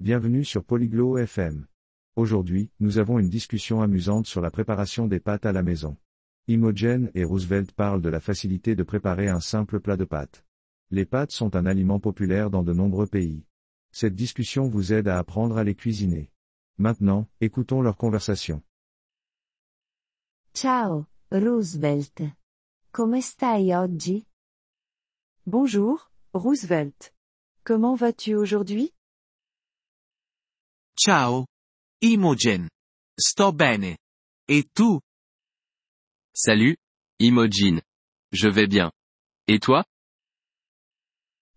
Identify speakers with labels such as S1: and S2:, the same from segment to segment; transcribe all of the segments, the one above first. S1: Bienvenue sur Polyglot FM. Aujourd'hui, nous avons une discussion amusante sur la préparation des pâtes à la maison. Imogen et Roosevelt parlent de la facilité de préparer un simple plat de pâtes. Les pâtes sont un aliment populaire dans de nombreux pays. Cette discussion vous aide à apprendre à les cuisiner. Maintenant, écoutons leur conversation.
S2: Ciao, Roosevelt. Come stai oggi?
S3: Bonjour, Roosevelt. Comment vas-tu aujourd'hui?
S4: Ciao. Imogen. Sto bene. Et tu?
S5: Salut, Imogen. Je vais bien. Et toi?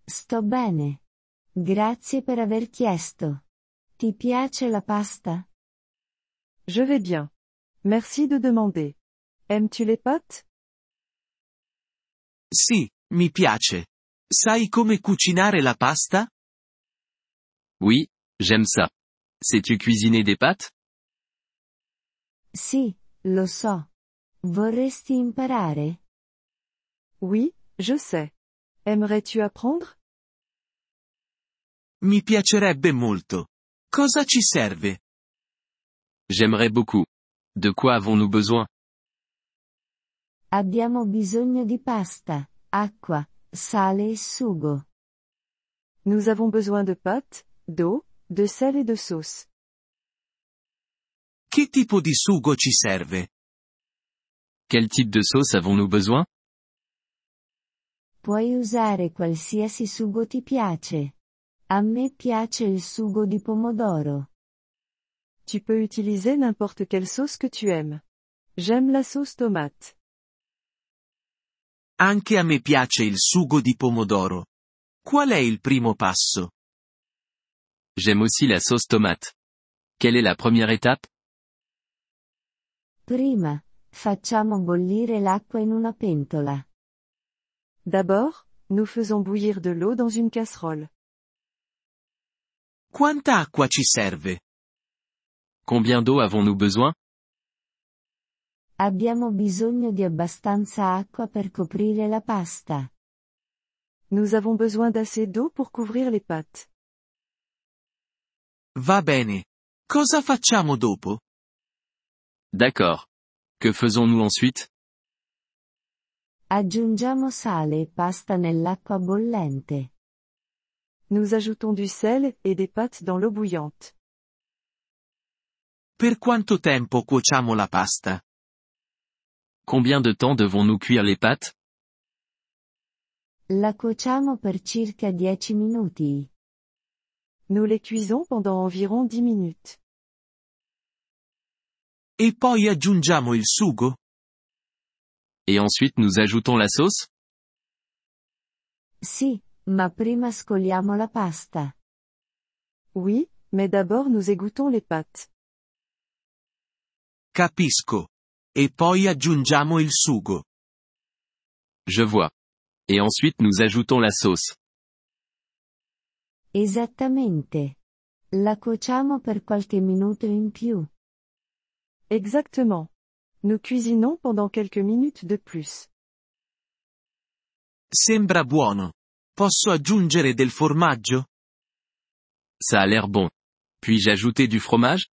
S2: Sto bene. Grazie per aver chiesto. Ti piace la pasta?
S3: Je vais bien. Merci de demander. Aimes-tu les pâtes?
S4: Sì, mi piace. Sai come cucinare la pasta?
S5: Oui, j'aime ça. Sais-tu cuisiner des pâtes?
S2: Sì, lo so. Vorresti imparare?
S3: Oui, je sais. Aimerais-tu apprendre?
S4: Mi piacerebbe molto. Cosa ci serve?
S5: J'aimerais beaucoup. De quoi avons-nous besoin?
S2: Abbiamo bisogno di pasta, acqua, sale e sugo.
S3: Nous avons besoin de pâtes, d'eau, de sel et de sauce.
S4: Che tipo di sugo ci serve?
S5: Quel type de sauce avons-nous besoin?
S2: Puoi usare qualsiasi sugo ti piace. A me piace il sugo di pomodoro.
S3: Tu peux utiliser n'importe quelle sauce que tu aimes. J'aime la sauce tomate.
S4: Anche a me piace il sugo di pomodoro. Qual è il primo passo?
S5: J'aime aussi la sauce tomate. Quelle est la première étape?
S2: Prima, facciamo bollire l'acqua in una pentola.
S3: D'abord, nous faisons bouillir de l'eau dans une casserole.
S4: Quanta acqua ci serve?
S5: Combien d'eau avons-nous besoin?
S2: Abbiamo bisogno di abbastanza acqua per coprire la pasta.
S3: Nous avons besoin d'assez d'eau pour couvrir les pâtes.
S4: Va bene. Cosa facciamo dopo?
S5: D'accord. Que faisons-nous ensuite?
S2: Aggiungiamo sale e pasta nell'acqua bollente.
S3: Nous ajoutons du sel et des pâtes dans l'eau bouillante.
S4: Per quanto tempo cuociamo la pasta?
S5: Combien de temps devons-nous cuire les pâtes?
S2: La cuociamo per circa 10 minuti.
S3: Nous les cuisons pendant environ 10 minutes.
S4: E poi aggiungiamo il sugo?
S5: Et ensuite nous ajoutons la sauce?
S2: Sì, ma prima scoliamo la pasta.
S3: Oui, mais d'abord nous égouttons les pâtes.
S4: Capisco. E poi aggiungiamo il sugo.
S5: Je vois. Et ensuite nous ajoutons la sauce.
S2: Esattamente. La cuociamo per qualche minuto in più.
S3: Exactement. Nous cuisinons pendant quelques minutes de plus.
S4: Sembra buono. Posso aggiungere del formaggio?
S5: Ça a l'air bon. Puis-je ajouter du fromage?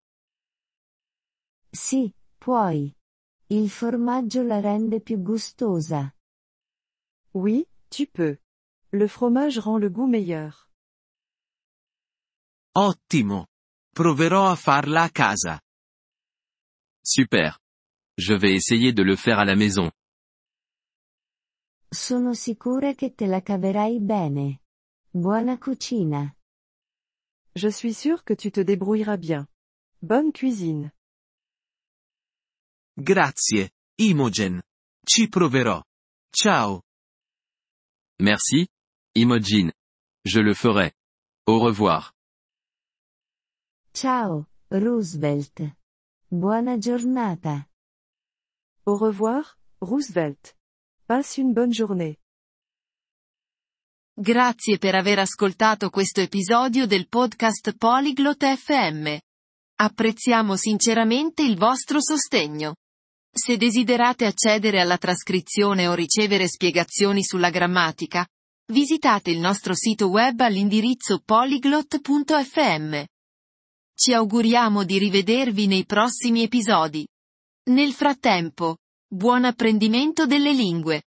S2: Sì, puoi. Il formaggio la rende più gustosa.
S3: Oui, tu peux. Le fromage rend le goût meilleur.
S4: Ottimo. Proverò a farla a casa.
S5: Super. Je vais essayer de le faire à la maison.
S2: Sono sicura che te la caverai bene. Buona cucina.
S3: Je suis sûre que tu te débrouilleras bien. Bonne cuisine.
S4: Grazie, Imogen. Ci proverò. Ciao.
S5: Merci, Imogen. Je le ferai. Au revoir.
S2: Ciao, Roosevelt. Buona giornata.
S3: Au revoir, Roosevelt. Passe une bonne journée.
S6: Grazie per aver ascoltato questo episodio del podcast Polyglot FM. Apprezziamo sinceramente il vostro sostegno. Se desiderate accedere alla trascrizione o ricevere spiegazioni sulla grammatica, visitate il nostro sito web all'indirizzo polyglot.fm.
S2: Ci auguriamo di rivedervi nei prossimi episodi. Nel frattempo, buon apprendimento delle lingue.